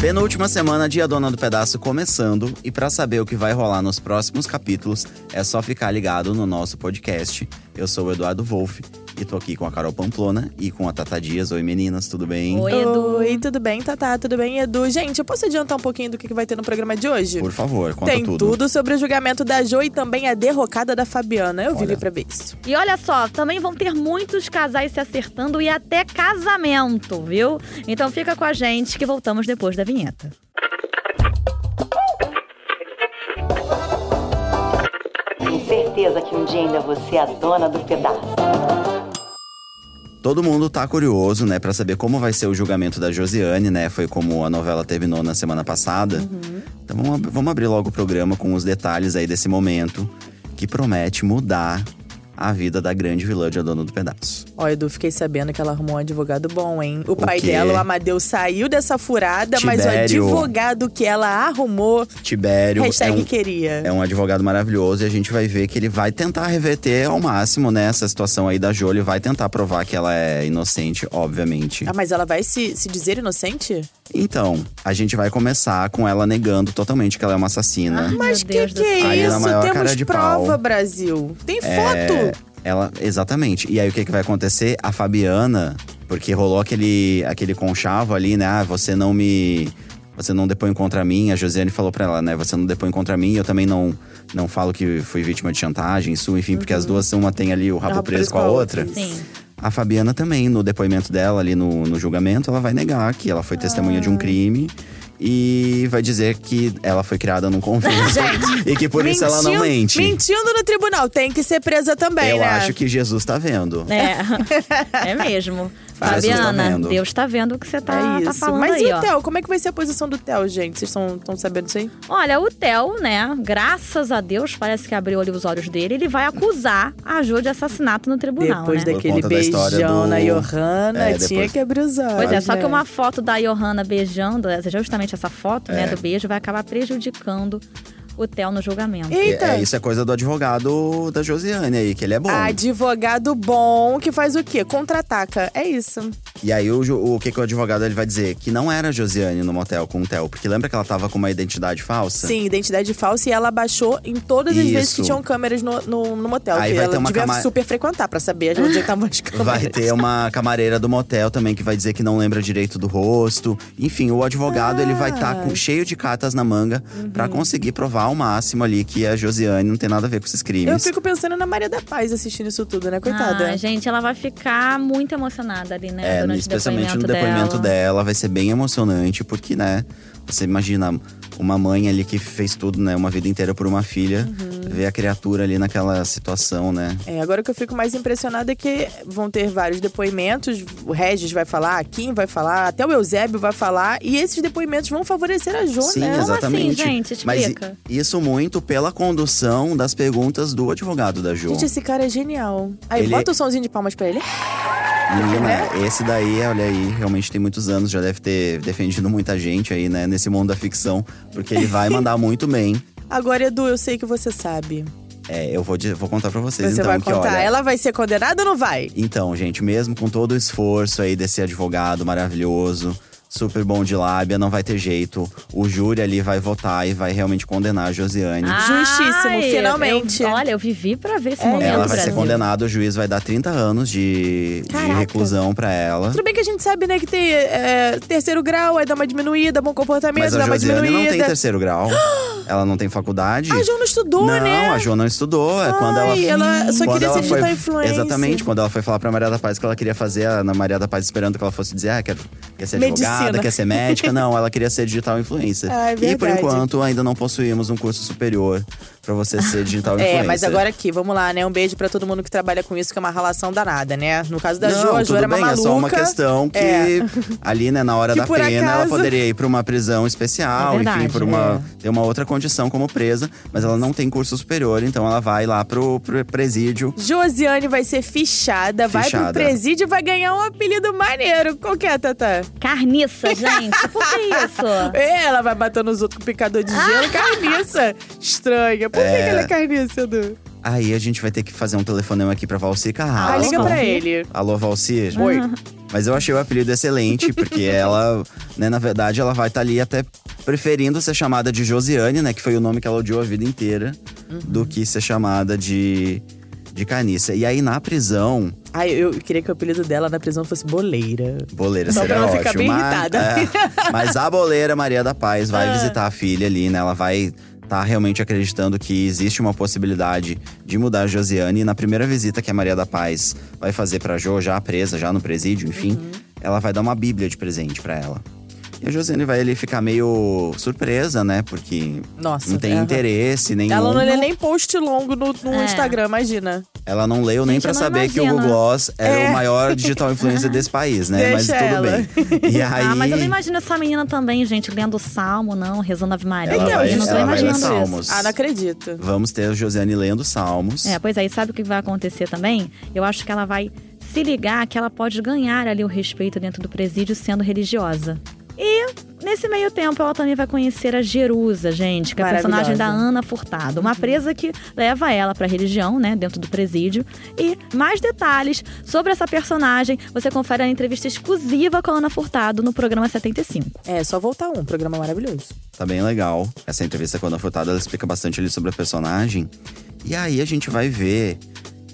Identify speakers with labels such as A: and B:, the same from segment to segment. A: Penúltima semana de A Dona do Pedaço começando, e para saber o que vai rolar nos próximos capítulos, é só ficar ligado no nosso podcast. Eu sou o Eduardo Wolff e tô aqui com a Carol Pamplona e com a Tata Dias. Oi meninas, tudo bem?
B: Oi, Edu.
C: Oi, tudo bem, Tatá? Tudo bem, Edu? Gente, eu posso adiantar um pouquinho do que que vai ter no programa de hoje?
A: Por favor, conta
C: Tem
A: tudo.
C: sobre o julgamento da Jo e também a derrocada da Fabiana. Eu vivi
A: Olha.
C: pra ver isso.
B: E olha só, também vão ter muitos casais se acertando e até casamento, viu? Então fica com a gente que voltamos depois da vinheta.
D: Tenho certeza que um dia ainda você é a dona do pedaço.
A: Todo mundo tá curioso, né, pra saber como vai ser o julgamento da Josiane, né? Foi como a novela terminou na semana passada. Então vamos, ab- vamos abrir logo o programa com os detalhes aí desse momento que promete mudar a vida da grande vilã de A Dona do Pedaço.
C: Ó, Edu, fiquei sabendo que ela arrumou um advogado bom, hein? O pai
A: quê?
C: dela, o Amadeu, saiu dessa furada, mas o
A: Tibério.
C: advogado que ela arrumou,
A: Tibério é
C: hashtag
A: um,
C: queria.
A: é um advogado maravilhoso e a gente vai ver que ele vai tentar reverter ao máximo, né, essa situação aí da Jo. Ele vai tentar provar que ela é inocente, obviamente.
C: Ah, mas ela vai se, se dizer inocente?
A: Então, a gente vai começar com ela negando totalmente que ela é uma assassina.
C: Mas
B: Meu
C: que
B: Deus
C: que
B: do céu.
C: é
A: Aí na
C: isso?
A: maior
C: Temos
A: cara de
C: prova,
A: pau.
C: Brasil. Tem
A: É,
C: foto.
A: ela, exatamente. E aí o que, que vai acontecer? A Fabiana, porque rolou aquele, aquele conchavo ali, né? Ah, você não me. Você não depõe contra mim. A Josiane falou pra ela, né? Você não depõe contra mim. Eu também não, não falo que fui vítima de chantagem, sua, enfim, porque as duas, uma tem ali Uhum. o rabo
C: Rabo
A: preso, com a outra.
B: Sim.
A: A Fabiana também, no depoimento dela ali no, no julgamento, ela vai negar que ela foi testemunha de um crime. E vai dizer que ela foi criada num convento. e que por isso ela não
C: Mentiu-
A: mente.
C: Mentindo no tribunal, tem que ser presa também,
A: Eu
C: né?
A: acho que Jesus tá vendo.
B: É, é mesmo.
A: Parece que tá
B: Fabiana,
A: vendo.
B: Deus tá vendo o que você tá,
C: É
B: tá
C: isso.
B: falando
C: Mas
B: aí,
C: e o
B: ó.
C: Theo? Como é que vai ser a posição do Theo, gente? Vocês estão sabendo isso aí?
B: Olha, o Theo, né, graças a Deus, parece que abriu ali os olhos dele, ele vai acusar a Jo de assassinato no tribunal,
C: depois
B: né?
A: Por
C: daquele
A: conta da história
C: beijão
A: do-
C: na Johanna,
A: É,
C: tinha
A: depois-
C: que abrir os olhos.
B: Pois é, só
C: né?
B: que uma foto da Johanna beijando, essa- justamente essa foto,
C: É.
B: né, do beijo, vai acabar prejudicando o Theo no julgamento.
C: Eita!
A: É, isso é coisa do advogado da Josiane aí, que ele é bom.
C: Ah, Advogado bom que faz o quê? Contra-ataca. É isso.
A: E aí, o, ju- o que, que o advogado ele vai dizer? Que não era a Josiane no motel com o Theo. Porque lembra que ela tava com uma identidade falsa?
C: Sim, identidade falsa e ela baixou em todas as vezes que
A: Isso.
C: tinham câmeras no, no, no motel.
A: Aí
C: que
A: vai
C: ela
A: ter uma
C: devia
A: cama-
C: super frequentar pra saber onde é tá estavam as câmeras.
A: Vai ter uma camareira do motel também que vai dizer que não lembra direito do rosto. Enfim, o advogado ele vai estar
C: Ah. Uhum.
A: com cheio de cartas na manga pra conseguir provar ao máximo ali que a Josiane não tem nada a ver com esses
C: Eu
A: crimes.
C: fico pensando na Maria da Paz assistindo isso tudo, né? Coitada.
B: Ah, gente, ela vai ficar muito emocionada ali, né?
A: É,
B: durante
A: especialmente
B: o
A: no depoimento dela. vai ser bem emocionante, porque, né, você imagina uma mãe ali que fez tudo, né, uma vida inteira por uma filha, ver a criatura ali naquela situação, né.
C: É, agora o que eu fico mais impressionada é que vão ter vários depoimentos. O Regis vai falar, a Kim vai falar, até o Eusébio vai falar. E esses depoimentos vão favorecer a Jo,
A: Sim,
C: né?
B: exato.
A: exatamente.
B: assim, gente?
A: Mas i-
B: Explica.
A: isso muito pela condução das perguntas do advogado da Jo.
C: Gente, esse cara é genial. Aí,
A: Ele- é
C: bota o somzinho de palmas pra ele.
A: Menina,
C: né?
A: esse daí, olha aí, realmente tem muitos anos, já deve ter defendido muita gente aí, né, nesse mundo da ficção, porque ele vai mandar muito bem.
C: Agora, Edu, eu sei que você sabe.
A: É, eu vou, di- vou contar pra vocês
C: você
A: então
C: vai
A: que
C: contar.
A: olha.
C: Ela vai ser condenada ou não vai?
A: Então, gente, mesmo com todo o esforço aí desse advogado maravilhoso, super bom de lábia, não vai ter jeito. O júri ali vai votar e vai realmente condenar a Josiane.
C: Ah, Justíssimo,
B: Ai,
C: finalmente.
B: eu- olha, eu vivi pra ver esse
C: É,
B: momento,
A: né? ela vai ser
B: Brasil.
A: condenada, o juiz vai dar 30 anos de, de
C: Caraca.
A: reclusão pra ela.
C: Tudo bem que a gente sabe, né, que tem é, terceiro grau, aí dá uma diminuída, bom comportamento,
A: Mas
C: dá
A: a
C: uma
A: Josiane não tem
C: diminuída.
A: terceiro grau. ela não tem faculdade.
C: né? A Jo não estudou,
A: não,
C: né?
A: a Jo não estudou. É quando ela.
C: Ai, ela só
A: quando
C: queria
A: ela
C: ser
A: foi,
C: digital influencer.
A: Exatamente, quando ela foi falar pra Maria da Paz que ela queria fazer, a Ana Maria da Paz esperando que ela fosse dizer, ah, quero, quer ser advogada,
C: Medicina.
A: quer ser médica. Não, ela queria ser digital influencer.
C: Ah, é
A: e por
C: verdade.
A: enquanto, ainda não possuímos um curso superior pra você ser digital influencer.
C: É, mas agora aqui, vamos lá, né? Um beijo pra todo mundo que trabalha com isso, que é uma relação danada, né? No caso da
A: não,
C: Jo, a Jo
A: tudo
C: era uma
A: bem,
C: maluca.
A: é só uma questão que
C: É.
A: ali, né, na hora
C: Que
A: da
C: por
A: pena, ela
C: acaso- é.
A: poderia ir pra uma prisão especial,
B: É verdade,
A: enfim, por uma ter uma outra condição como presa, mas ela não tem curso superior, então ela vai lá pro, pro presídio.
C: Josiane vai ser fichada, vai pro
A: Fichada.
C: presídio e vai ganhar um apelido maneiro. Qual que é, Tata?
B: Carniça, gente. Por que isso?
C: É, Ela vai batendo os outros com picador de gelo. Carniça! Estranha. Por que que ela é carniça, Edu?
A: Aí a gente vai ter que fazer um telefonema aqui pra Valci
C: Ah,
A: Carrasco.
C: liga
B: não.
C: pra ele.
A: Alô, Valci?
C: Oi.
A: Mas eu achei o apelido excelente, porque ela, né, na verdade, ela vai estar ali até preferindo ser chamada de Josiane, né, que foi o nome que ela odiou a vida inteira, do que ser chamada de, de Caniça. E aí na prisão,
C: Ai, eu queria que o apelido dela na prisão fosse boleira.
A: boleira
C: Só
A: seria
C: pra ela
A: ótimo.
C: ficar bem
A: mas,
C: irritada.
A: é, mas a boleira Maria da Paz vai
C: Ah.
A: visitar a filha ali, né, ela vai tá realmente acreditando que existe uma possibilidade de mudar a Josiane. E na primeira visita que a Maria da Paz vai fazer pra Jo, já presa, já no presídio, enfim,
C: Uhum.
A: ela vai dar uma bíblia de presente pra ela. E a Josiane vai ali ficar meio surpresa, né? Porque
C: Nossa.
A: não tem
C: aham.
A: interesse nenhum.
C: Ela não lê nem post longo no, no
B: É.
C: Instagram, imagina.
A: Ela não leu nem
B: Gente,
A: pra
B: eu não
A: saber que o
B: imagino.
A: Google Gloss era
C: É.
A: o maior digital influencer desse país, né?
C: Deixa
A: mas tudo bem. E aí,
B: Ah, mas eu não imagino essa menina também, gente, lendo salmo, não, rezando Ave Maria.
A: Ela
C: Então,
B: eu
A: vai-
B: não tô
A: ela vai ler
B: imaginando isso.
A: salmo. Salmos.
C: Ah, não acredito.
A: vamos ter a Josiane lendo salmos.
B: É, pois aí, sabe o que vai acontecer também? Eu acho que ela vai se ligar que ela pode ganhar ali o respeito dentro do presídio sendo religiosa. E nesse meio tempo, ela também vai conhecer a Jerusa, gente, que é a personagem da
C: Maravilhosa.
B: Ana Furtado, uma presa que leva ela pra religião, né, dentro do presídio. E mais detalhes sobre essa personagem você confere na entrevista exclusiva com a Ana Furtado no programa 75.
C: É, só voltar um, programa maravilhoso.
A: Tá bem legal. Essa entrevista com a Ana Furtado, ela explica bastante ali sobre a personagem. E aí a gente vai ver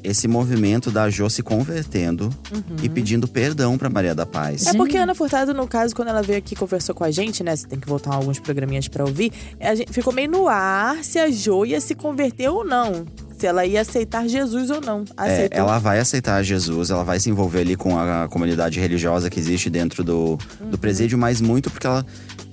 A: esse movimento da Jo se convertendo
C: Uhum.
A: e pedindo perdão pra Maria da Paz.
C: É porque a Ana Furtado, no caso, quando ela veio aqui e conversou com a gente, né? Você tem que voltar alguns programinhas pra ouvir. A gente ficou meio no ar se a Jo ia se converter ou não. Se ela ia aceitar Jesus ou não.
A: É,
C: Aceitou.
A: ela vai aceitar Jesus, ela vai se envolver ali com a comunidade religiosa que existe dentro do, do
C: Uhum.
A: presídio, mas muito porque ela.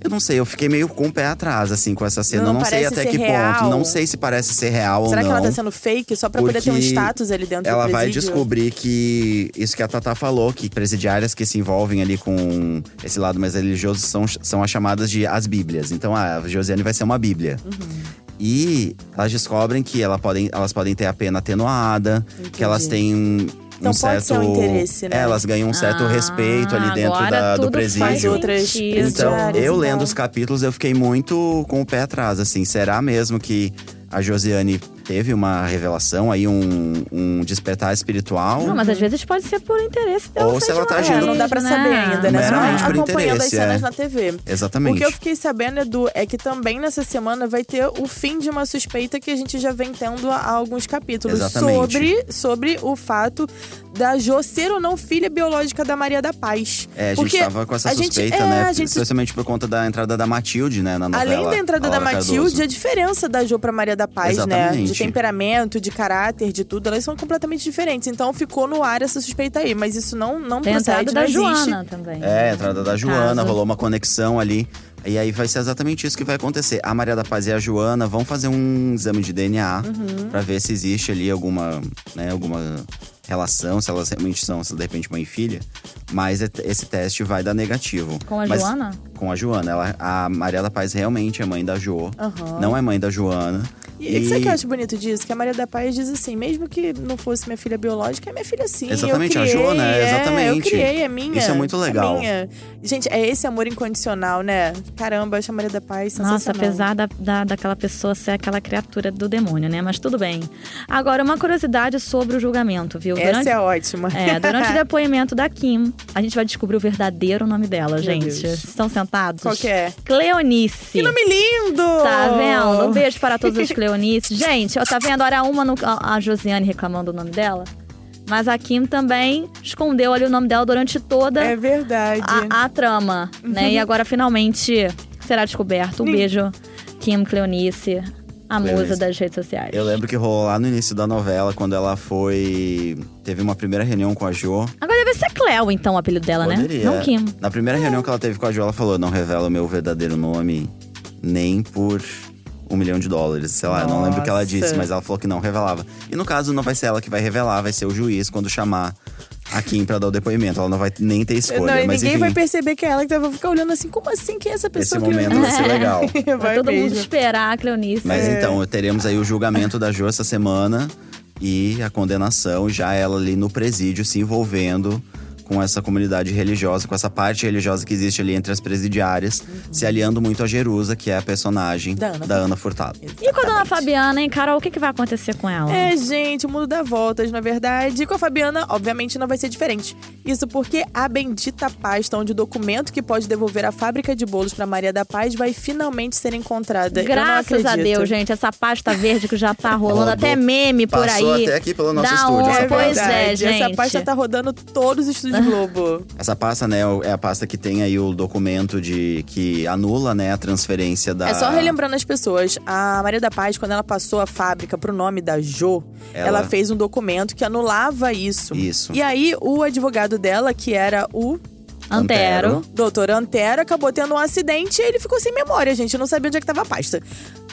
A: Eu não sei, eu fiquei meio com o pé atrás, assim, com essa cena.
C: Não
A: eu não sei
C: parece
A: até
C: ser
A: que
C: real.
A: ponto. Não sei se parece ser real
C: Será
A: ou
C: que
A: não.
C: ela tá sendo fake só pra poder ter um
A: Porque
C: status ali dentro
A: Ela
C: do presídio?
A: vai descobrir que isso que a Tatá falou, que presidiárias que se envolvem ali com esse lado mais religioso são, são as chamadas de as bíblias. Então a Josiane vai ser uma bíblia.
C: Uhum.
A: E elas descobrem que ela podem, elas podem ter a pena atenuada, que elas têm um
C: Então pode
A: certo.
C: ser um interesse, né?
A: É, Elas ganham um certo
B: Ah,
A: respeito ali dentro
B: agora
A: da- do
B: tudo faz
A: presídio.
C: Outras
B: sentido.
A: Então,
C: presidiárias
A: eu
C: e
A: lendo
C: tal.
A: os capítulos, eu fiquei muito com o pé atrás, assim. Será mesmo que a Josiane teve uma revelação aí, um, um despertar espiritual?
B: Não, mas às vezes pode ser por interesse dela.
A: Uhum. Ou se
B: ser de
A: ela
B: uma
A: tá
C: É,
A: agindo.
C: não dá pra saber ainda, né? Só
B: é
A: Meramente por
C: acompanhando as
A: interesse, é.
C: cenas na TV. O
A: Exatamente.
C: que eu fiquei sabendo, Edu, é que também nessa semana vai ter o fim de uma suspeita que a gente já vem tendo há alguns capítulos
A: Exatamente.
C: sobre sobre o fato da Jo ser ou não filha biológica da Maria da Paz.
A: É, a gente
C: Porque
A: tava com essa
C: a gente-
A: suspeita,
C: é,
A: né?
C: a gente-
A: Especialmente por conta da entrada da Matilde, né? Na novela.
C: Além da entrada da
A: Laura
C: Matilde,
A: Cardoso.
C: a diferença da Jo pra Maria da Paz, né?
A: Exatamente.
C: De temperamento, de caráter, de tudo, elas são completamente diferentes. Então ficou no ar essa suspeita aí, mas isso não não
B: Tem a
C: procede,
B: entrada
C: não
B: da
C: existe.
B: Joana também.
A: É, a entrada da Joana,
B: Caso.
A: rolou uma conexão ali. E aí vai ser exatamente isso que vai acontecer. A Maria da Paz e a Joana vão fazer um exame de DNA
C: Uhum.
A: pra ver se existe ali alguma, né, alguma relação, se elas realmente são, se de repente mãe e filha. Mas et- esse teste vai dar negativo.
B: Com a
A: Mas-
B: Joana?
A: Com a Joana. Ela, a Maria da Paz realmente é mãe da Jo.
C: Aham.
A: Não é mãe da Joana.
C: E o que você que eu acho bonito disso? Que a Maria da Paz diz assim, mesmo que não fosse minha filha biológica, é minha filha sim. eu
A: Exatamente, a
C: criei,
A: Jo, né?
C: é, eu
A: Exatamente.
C: criei, é minha.
A: Isso é muito legal.
C: É minha. Gente, é esse amor incondicional, né? Caramba, eu acho a Maria da Paz
B: Nossa,
C: sensacional.
B: apesar da, da, daquela pessoa ser aquela criatura do demônio, né? Mas tudo bem. Agora, uma curiosidade sobre o julgamento, viu?
C: Essa é ótima.
B: É, durante o depoimento da Kim, a gente vai descobrir o verdadeiro nome dela, gente.
C: Deus.
B: Estão sentados?
C: Qual que é?
B: Cleonice.
C: Que nome lindo!
B: Tá
C: Oh.
B: vendo? Um beijo para todas as Cleonices. Gente, ó, tá vendo? Olha uma no- a a Josiane reclamando o nome dela. Mas a Kim também escondeu ali o nome dela durante toda
C: É verdade. Uhum.
B: a, a trama, né? E agora finalmente será descoberto. Um beijo, Kim Cleonice, a
A: Cleonice.
B: musa das redes sociais.
A: Eu lembro que rolou lá no início da novela, quando ela foi. Teve uma primeira reunião com a Jo.
B: Agora deve ser Cleo, então, o apelido dela,
A: Poderia.
B: né? Não Kim.
A: Na
C: É.
A: primeira reunião que ela teve com a Jo, ela falou: não revela o meu verdadeiro nome nem por um milhão de dólares. Sei lá, eu não lembro o que ela
C: Nossa.
A: disse, mas ela falou que não revelava. E no caso, não vai ser ela que vai revelar, vai ser o juiz quando chamar a Kim pra dar o depoimento. Ela não vai nem ter escolha.
C: não, e
A: mas
C: ninguém
A: enfim,
C: vai perceber que é ela que tava ficar olhando assim, como assim? Quem é essa
A: esse
C: pessoa que é?
A: momento vai ser legal.
B: Vai
C: Vai
B: todo mundo
C: mesmo.
B: esperar a Cleonice.
A: Mas então, teremos aí o julgamento da Jo essa semana e a condenação, já ela ali no presídio se envolvendo com essa comunidade religiosa, com essa parte religiosa que existe ali entre as presidiárias, se aliando muito a Jerusa, que é a personagem
C: Da
A: da
C: Ana
A: Ana, Furtado.
B: E com a dona
C: Exatamente.
B: Fabiana, hein, Carol? O que, que vai acontecer com ela?
C: É, gente, o mundo dá voltas, na verdade. E com a Fabiana, obviamente, não vai ser diferente. Isso porque a bendita pasta, onde o documento que pode devolver a fábrica de bolos pra Maria da Paz, vai finalmente ser encontrada. Eu não
B: Graças a
C: acredito.
B: Deus, gente. Essa pasta verde que já tá rolando,
A: Rodou.
B: até meme por
A: Passou
B: aí.
A: até aqui pelo nosso
B: Da
A: estúdio.
B: hora,
A: essa
B: pois
A: pasta.
B: é, gente.
C: Essa pasta tá rodando todos os estúdios Globo.
A: Essa pasta, né, é a pasta que tem aí o documento de que anula, né, a transferência da.
C: É só relembrando as pessoas. A Maria da Paz, quando ela passou a fábrica pro nome da Jo, ela, fez um documento que anulava isso.
A: Isso.
C: E aí, o advogado dela, que era o
B: Antero.
C: doutor Antero, acabou tendo um acidente e ele ficou sem memória, gente. Não sabia onde é que tava a pasta.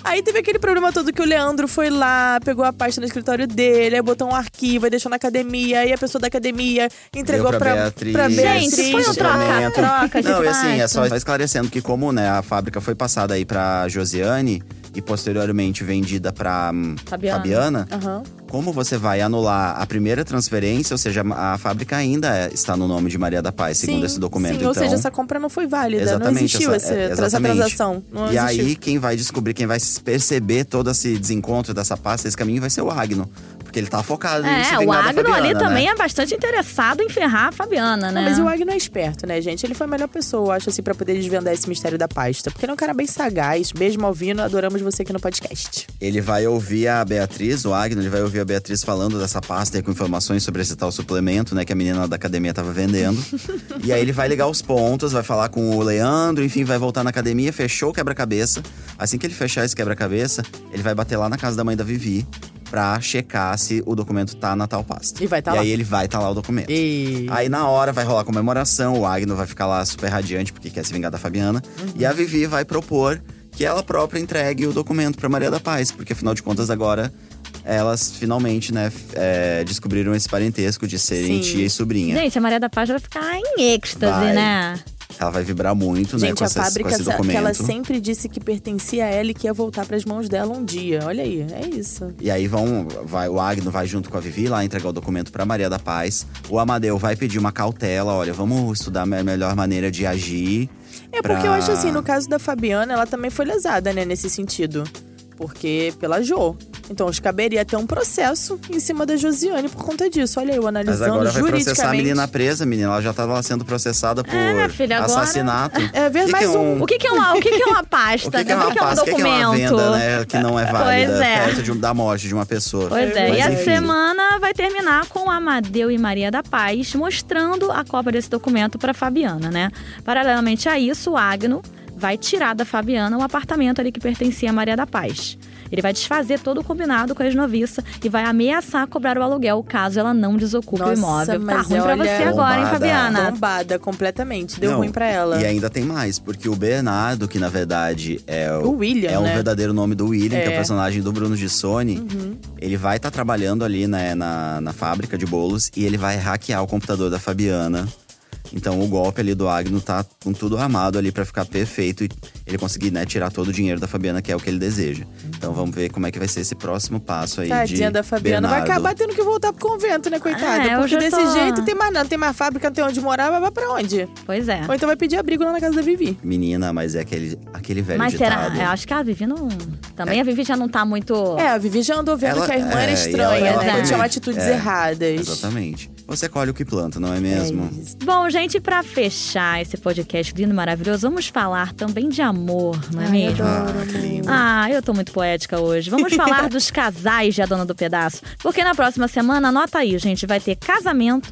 C: Aí teve aquele problema todo que o Leandro foi lá, pegou a pasta no escritório dele, aí botou um arquivo, aí deixou na academia, aí a pessoa da academia entregou
A: Deu
C: pra,
A: pra Beatriz.
C: Beatriz.
B: Gente, foi um
A: Esse documento.
B: troca-troca de
A: Não, e assim, é
B: pasta.
A: só só esclarecendo que como né, a fábrica foi passada aí pra Josiane e posteriormente vendida pra hum,
B: Fabiana.
A: Fabiana,
C: Aham.
A: como você vai anular a primeira transferência, ou seja, a fábrica ainda é- está no nome de Maria da Paz, segundo
C: Sim,
A: esse documento.
C: Sim,
A: então,
C: ou seja, essa compra não foi válida, não
A: Exatamente,
C: existiu
A: essa-
C: essa,
A: é,
C: essa
A: exatamente.
C: transação. Não
A: e
C: existiu.
A: aí, quem vai descobrir, quem vai se perceber todo esse desencontro dessa pasta, esse caminho, vai ser o Agno. Porque ele tá focado nisso.
B: É,
A: e vem
B: o
A: lá da
B: Agno
A: Fabiana,
B: ali
A: né?
B: também é bastante interessado em ferrar a Fabiana, né?
C: Não, mas o Agno é esperto, né, gente? Ele foi a melhor pessoa, eu acho, assim, pra poder desvendar esse mistério da pasta. Porque ele é um cara bem sagaz. Mesmo ouvindo, adoramos você aqui no podcast.
A: Ele vai ouvir a Beatriz, o Agno, ele vai ouvir a Beatriz falando dessa pasta aí com informações sobre esse tal suplemento, né, que a menina lá da academia tava vendendo. e aí ele vai ligar os pontos, vai falar com o Leandro, enfim, vai voltar na academia, fechou o quebra-cabeça. Assim que ele fechar esse quebra-cabeça, ele vai bater lá na casa da mãe da Vivi pra checar se o documento tá na tal pasta.
C: E vai tá
A: e
C: lá.
A: aí ele vai tá lá o documento.
C: E...
A: Aí na hora vai rolar comemoração, o Agno vai ficar lá super radiante porque quer se vingar da Fabiana.
C: Uhum.
A: E a Vivi vai propor que ela própria entregue o documento pra Maria da Paz, porque afinal de contas agora elas finalmente, né, f- é, descobriram esse parentesco de serem
C: Sim.
A: tia e sobrinha.
B: Gente, a Maria da Paz vai ficar em êxtase,
A: Vai.
B: né?
A: Ela vai vibrar muito, né,
C: Gente,
A: com,
C: a
A: essas- com
C: fábrica
A: esse
C: sa- que ela
A: documento.
C: sempre disse que pertencia a ela e que ia voltar pras mãos dela um dia. Olha aí, é isso.
A: E aí vão, vai, o Agno vai junto com a Vivi lá entregar o documento pra Maria da Paz. O Amadeu vai pedir uma cautela, olha, vamos estudar a me- melhor maneira de agir.
C: É
A: pra-
C: porque eu acho assim, no caso da Fabiana, ela também foi lesada, né, nesse sentido. Porque pela Jo. Então, acho que caberia até um processo em cima da Josiane por conta disso. Olha eu
A: Mas
C: analisando
A: agora vai
C: juridicamente.
A: processar a menina presa, menina. Ela já tá lá sendo processada por
B: Ah, minha filha, agora-
A: assassinato.
C: É ver
A: O que que
C: mais
A: é
C: um.
A: um-
B: O que, que, é, uma, o que, que é uma pasta?
A: O que, que é
B: né?
A: uma pasta? O que, que é uma
B: documento?
A: venda, né? Que não é válida.
B: Pois é.
A: Perto de um- da morte de uma pessoa.
B: Pois é,
C: Mas
B: e a
A: enfim.
B: semana vai terminar com Amadeu e Maria da Paz mostrando a cópia desse documento para Fabiana, né? Paralelamente a isso, o Agno vai tirar da Fabiana o apartamento ali que pertencia a Maria da Paz. Ele vai desfazer todo o combinado com a ex-noviça e vai ameaçar cobrar o aluguel caso ela não desocupe o
C: Nossa,
B: imóvel. Tá
C: mas
B: ruim pra
C: olha-
B: você agora, hein,
A: Bombada.
B: Fabiana?
C: Bombada completamente. Deu
A: Não,
C: ruim pra ela.
A: E é ainda tem mais, porque o Bernardo, que na verdade é o.
C: O William,
A: É o
C: né?
A: verdadeiro nome do William, que é
C: É. Uhum.
A: o personagem do Bruno Gissoni. Ele vai estar trabalhando ali né, na, na fábrica de bolos e ele vai hackear o computador da Fabiana. Então o golpe ali do Agno tá com tudo armado ali pra ficar perfeito e ele conseguir né, tirar todo o dinheiro da Fabiana, que é o que ele deseja. Então vamos ver como é que vai ser esse próximo passo aí
C: Tadinha
A: de
C: da Fabiana.
A: Bernardo.
C: Vai acabar tendo que voltar pro convento, né, coitada?
B: É, eu
C: Porque
B: já tô-
C: desse jeito tem mais nada. Tem mais fábrica, não tem onde morar, vai- vai pra onde?
B: Pois é.
C: Ou então vai pedir abrigo lá na casa da Vivi.
A: Menina, mas é aquele, aquele velho
B: Mas será?
A: ditado.
B: Eu acho que a Vivi não. Também a Vivi já não tá muito.
C: É, a Vivi já andou vendo
A: Ela-
C: que a irmã era
A: é, e
C: estranha,
A: ela-
B: ela
C: né?
B: foi
C: Tinha
A: meio-
C: atitudes
A: é,
C: erradas.
A: Exatamente. Você colhe o que planta, não é mesmo?
C: É isso.
B: Bom, gente, pra fechar esse podcast lindo e maravilhoso, vamos falar também de amor, não é
C: Ai,
B: mesmo?
C: adoro,
A: Ah, que
C: amor.
A: lindo.
B: Ah, eu tô muito poética hoje. Vamos falar dos casais de A Dona do Pedaço. Porque na próxima semana, anota aí, gente, vai ter casamento,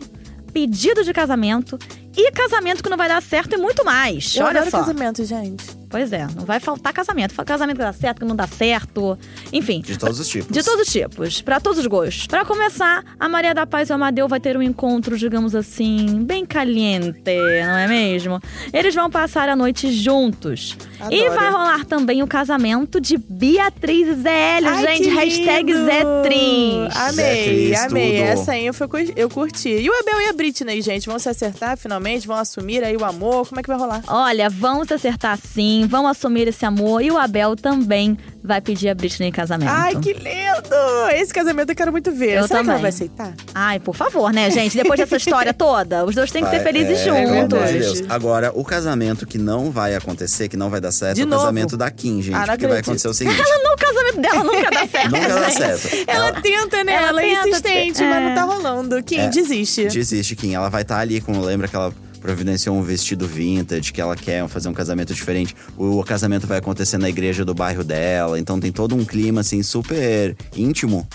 B: pedido de casamento e casamento que não vai dar certo e muito mais.
C: Eu
B: Olha
C: adoro
B: só.
C: casamento, gente.
B: Pois é, não vai faltar casamento. Fala Casamento que dá certo, que não dá certo. Enfim.
A: De todos os tipos.
B: De todos os tipos, pra todos os gostos. Pra começar, a Maria da Paz e o Amadeu vai ter um encontro, digamos assim, bem caliente, não é mesmo? Eles vão passar a noite juntos. E
C: Adoro.
B: vai rolar também o casamento de Beatriz e Zé Hélio,
C: Ai,
B: gente.
C: que
B: Hashtag
C: lindo!
B: Zé Tris.
C: Amei,
A: Zé Tris,
C: amei.
A: tudo.
C: Essa aí eu, fui cu- eu curti. E o Abel e a Britney, gente, vão se acertar finalmente? Vão assumir aí o amor? Como é que vai rolar?
B: Olha, vão se acertar sim, vão assumir esse amor e o Abel também vai pedir a Britney em
A: É,
B: casamento.
C: Ai,
A: então.
C: que lindo! Esse casamento eu quero muito ver.
B: Eu
C: Será que ela
B: também.
C: vai aceitar?
B: Ai, por favor, né, gente? Depois dessa história toda, os dois têm que ser
A: Vai-
B: felizes
A: é, pelo amor de
B: juntos.
A: Deus. Agora, o casamento que não vai acontecer, que não vai dar certo,
C: De
A: é o
C: novo?
A: casamento da Kim, gente.
C: Ah, não
A: porque vai
C: acredito.
A: acontecer o seguinte:
B: Não, o casamento dela nunca dá certo. né?
A: nunca dá
B: gente.
A: certo.
C: Ela, tenta, né?
B: ela
C: Ela, é
B: tenta,
C: insistente,
B: é.
C: mas não tá rolando. Quem
A: É.
C: desiste?
A: Desiste, Kim. Ela vai estar ali com. Lembra que ela providenciou um vestido vintage, que ela quer fazer um casamento diferente. O, casamento vai acontecer na igreja do bairro dela. Então tem todo um clima, assim, super íntimo.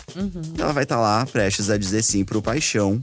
A: Ela vai estar lá prestes a dizer sim pro paixão.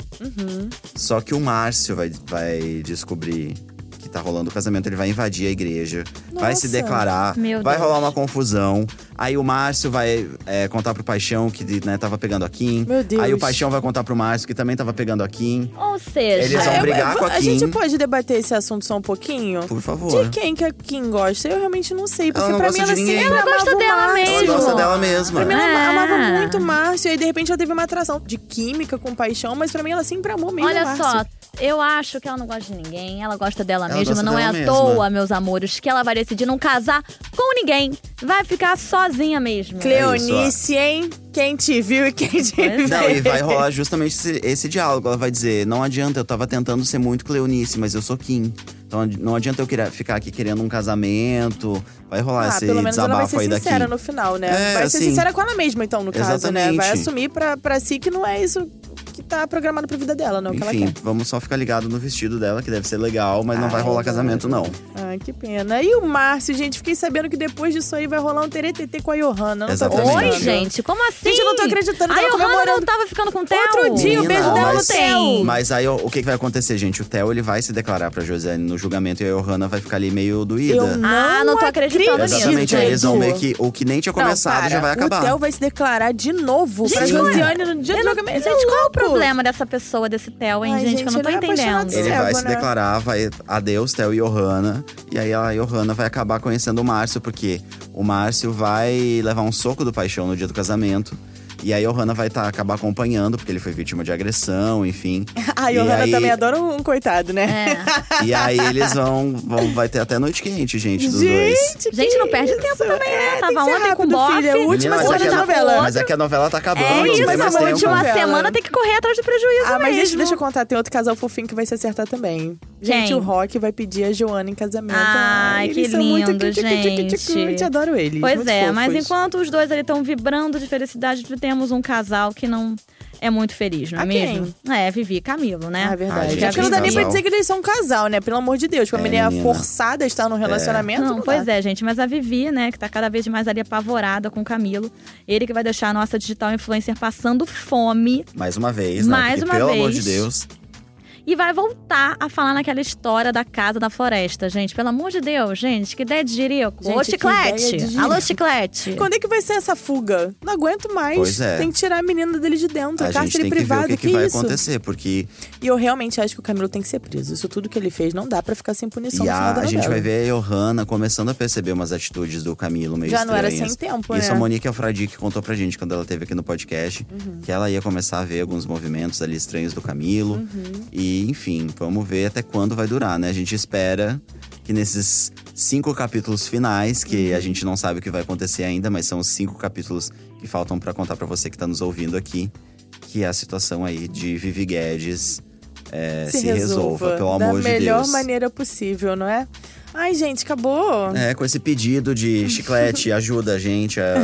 A: Só que o Márcio vai, vai descobrir. que Tá rolando o casamento, ele vai invadir a igreja, vai se
C: Nossa.
A: declarar,
B: Meu
A: vai
B: Deus.
A: rolar uma confusão. Aí o Márcio vai é, contar pro Paixão que né, tava pegando a Kim.
C: Meu Deus.
A: Aí o Paixão vai contar pro Márcio que também tava pegando a Kim.
B: Ou seja,
A: Eles vão
C: É,
A: brigar
C: é,
A: com a
C: a
A: Kim.
C: gente pode debater esse assunto só um pouquinho?
A: Por favor.
C: De quem que a Kim gosta? Eu realmente não sei, porque
A: não
C: pra mim
A: gosta
C: ela
A: de ninguém.
C: sempre
B: Ela gosta
C: amava o
B: dela
C: Márcio.
A: Ela
B: mesmo.
A: gosta dela mesma.
C: Pra mim, ela
B: É.
C: amava muito o Márcio. E aí, de repente, ela teve uma atração de química com paixão. Mas pra mim, ela sempre amou mesmo o
B: Olha
C: Márcio.
B: só, eu acho que ela não gosta de ninguém, ela gosta dela
A: Ela gosta
B: mesma. não é à
A: dela mesma.
B: toa, meus amores, que ela vai decidir não casar com ninguém. Vai ficar sozinha mesmo.
A: É
C: Cleonice, hein? Quem te viu e quem te
B: Pois é.
C: viu.
A: Não, e vai rolar justamente esse, esse diálogo. Ela vai dizer: não adianta, eu tava tentando ser muito Cleonice, mas eu sou Kim. Então ad- não adianta eu querer, ficar aqui querendo um casamento. Vai rolar
C: Ah,
A: esse
C: pelo menos ela vai
A: desabafo
C: ser
A: aí da
C: sincera
A: Kim.
C: no final, né?
A: É,
C: vai ser
A: assim.
C: sincera com ela mesma, então, no caso, né? Vai
A: Exatamente.
C: assumir pra, pra si que não é isso que tá programado pra vida dela, não é o que ela
A: Enfim,
C: quer. Ah,
A: vamos só ficar ligado no vestido dela, que deve ser legal, mas não vai
C: Ai,
A: rolar
C: mano.
A: casamento, não.
C: Ai, que pena. E o Márcio, gente, fiquei sabendo que depois disso aí vai rolar um TRTT com a Johanna. Não tô
A: Exatamente.
B: Oi,
C: acreditando.
B: gente, como assim?
C: Gente, eu não tô acreditando,
B: A
C: tava
B: Johanna não
C: comemorando.
B: tava ficando com o Theo?
C: Outro dia, o beijo
A: Menina,
C: dela no
A: mas-
C: Theo.
A: Mas aí o o que, que vai acontecer, gente? O Theo ele vai se declarar pra Josiane no julgamento e a Johanna vai ficar ali meio doída.
C: Eu não,
B: Ah, não tô acreditando nisso.
A: Exatamente, aí
C: aí
A: eles vão ver que o que nem tinha começado
C: para,
A: já vai
C: O Theo
A: acabar.
C: vai se declarar de novo pra
A: Gente, qual é?
C: Josiane no dia do
B: Eu não-
C: julgamento.
B: gente, qual é
C: louco.
B: o problema dessa pessoa, desse Theo, hein,
C: Ai,
B: gente, Que eu não
C: gente,
B: tô
C: ele é apaixonado
B: entendendo.
A: Ele
C: cego,
A: vai se
C: né?
A: declarar, vai adeus, Theo e Johanna. E aí a Johanna vai acabar conhecendo o Márcio, porque o Márcio vai levar um soco do paixão no dia do casamento. E a Johanna vai tá, acabar acompanhando, porque ele foi vítima de agressão, enfim.
C: A
A: E
C: Johanna
A: aí-
C: também adora um coitado,
B: É.
C: né?
A: E aí eles vão, vão. Vai ter até noite quente, gente, dos dois.
C: Gente, que
B: Gente, não perde tempo
C: isso?
B: também, né?
C: É,
B: Tava
C: tem que ser
B: ontem com o
C: rápido,
B: bofe,
C: filha. Última
A: Menina, mas é
C: semana
A: que
C: da
A: a-
C: novela.
A: Mas é que a novela tá acabando,
B: É
A: não
B: isso,
A: tem mais
B: essa
C: amor,
A: tempo.
B: última
C: Bela.
B: semana tem que correr atrás do prejuízo
C: Ah, mas deixa,
B: mesmo.
C: deixa eu contar, tem outro casal fofinho que vai se acertar também. Gente,
B: Quem?
C: o Rock vai pedir a Joana em casamento.
B: Ai, que
C: eles são muito
B: lindo,
C: tchucu, tchucu, tchucu, tchucu.
B: gente.
C: Eu adoro eles.
B: Pois
C: muito
B: é,
C: fofos.
B: mas enquanto os dois ali estão vibrando de felicidade, temos um casal que não é muito feliz, não é
C: A quem?
B: mesmo? É, Vivi e Camilo, né?
C: Ah, verdade.
A: Ah, gente,
C: Acho que não dá nem pra
A: casal.
C: dizer que eles são um casal, né? Pelo amor de Deus. Pra
A: É,
C: menina
A: menina. É.
C: forçada a estar num relacionamento.
B: Não,
C: dá.
B: pois é, gente, mas a Vivi, né, que tá cada vez mais ali apavorada com o Camilo, ele que vai deixar a nossa digital influencer passando fome
A: Mais uma vez, né?
B: Mais
A: Porque,
B: uma
A: pelo amor de
B: vez.
A: Deus.
B: e vai voltar a falar naquela história da casa da floresta, gente. Pelo amor de Deus, gente, que ideia de jirico.
C: Gente,
B: Ô,
C: que
B: chiclete!
C: ideia de jirico.
B: Alô, chiclete!
C: Quando é que vai ser essa fuga? Não aguento mais.
A: Pois é.
C: Tem que tirar a menina dele de dentro.
A: A gente
C: cárcere
A: tem que
C: privado.
A: ver o que, que vai
C: isso?
A: acontecer, porque
C: E eu realmente acho que o Camilo tem que ser preso. Isso tudo que ele fez não dá pra ficar sem punição
A: e
C: no final
A: a,
C: da
A: a gente
C: novela.
A: vai ver a Johanna começando a perceber umas atitudes do Camilo meio
C: Já não era
A: estranhas.
C: sem tempo,
A: Isso a
C: né?
A: Monique Alfradi que contou pra gente quando ela teve aqui no podcast,
C: Uhum.
A: que ela ia começar a ver alguns movimentos ali estranhos do Camilo.
C: Uhum.
A: E enfim, vamos ver até quando vai durar, né? A gente espera que nesses cinco capítulos finais, que
C: Uhum.
A: a gente não sabe o que vai acontecer ainda, mas são os cinco capítulos que faltam pra contar pra você que tá nos ouvindo aqui, que a situação aí de Vivi Guedes é, se, resolva, pelo amor de
C: Da melhor
A: Deus.
C: maneira possível, não é? Ai, gente, acabou.
A: É, com esse pedido de chiclete, ajuda a gente a,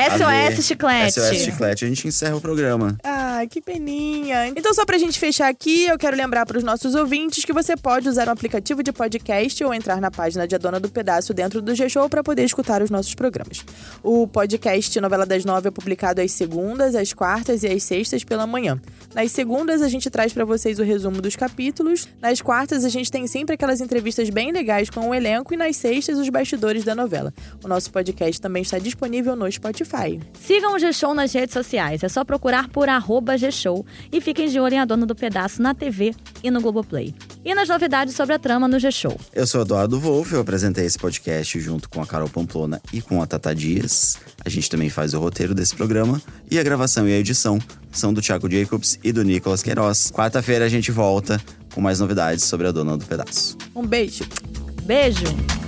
A: a- a ver.
B: SOS, chiclete!
A: SOS Chiclete, a gente encerra o programa.
C: Ai, que peninha. Então, só pra gente fechar aqui, eu quero lembrar pros nossos ouvintes que você pode usar um aplicativo de podcast ou entrar na página de A Dona do Pedaço dentro do G-Show pra poder escutar os nossos programas. O podcast Novela das Nove é publicado às segundas, às quartas e às sextas pela manhã. Nas segundas, a gente traz pra vocês o resumo dos capítulos. Nas quartas, a gente tem sempre aquelas entrevistas bem legais com o elenco. E nas sextas, os bastidores da novela. O nosso podcast também está disponível no Spotify.
B: Sigam o G-Show nas redes sociais. É só procurar por arroba G-Show e fiquem de olho em A Dona do Pedaço na TV e no Globoplay. E nas novidades sobre a trama no G-Show.
A: Eu sou Eduardo Wolff, eu apresentei esse podcast junto com a Carol Pamplona e com a Tata Dias. A gente também faz o roteiro desse programa e a gravação e a edição são do Thiago Jacobs e do Nicolas Queiroz. Quarta-feira a gente volta com mais novidades sobre a Dona do Pedaço.
C: Um beijo!
B: Beijo!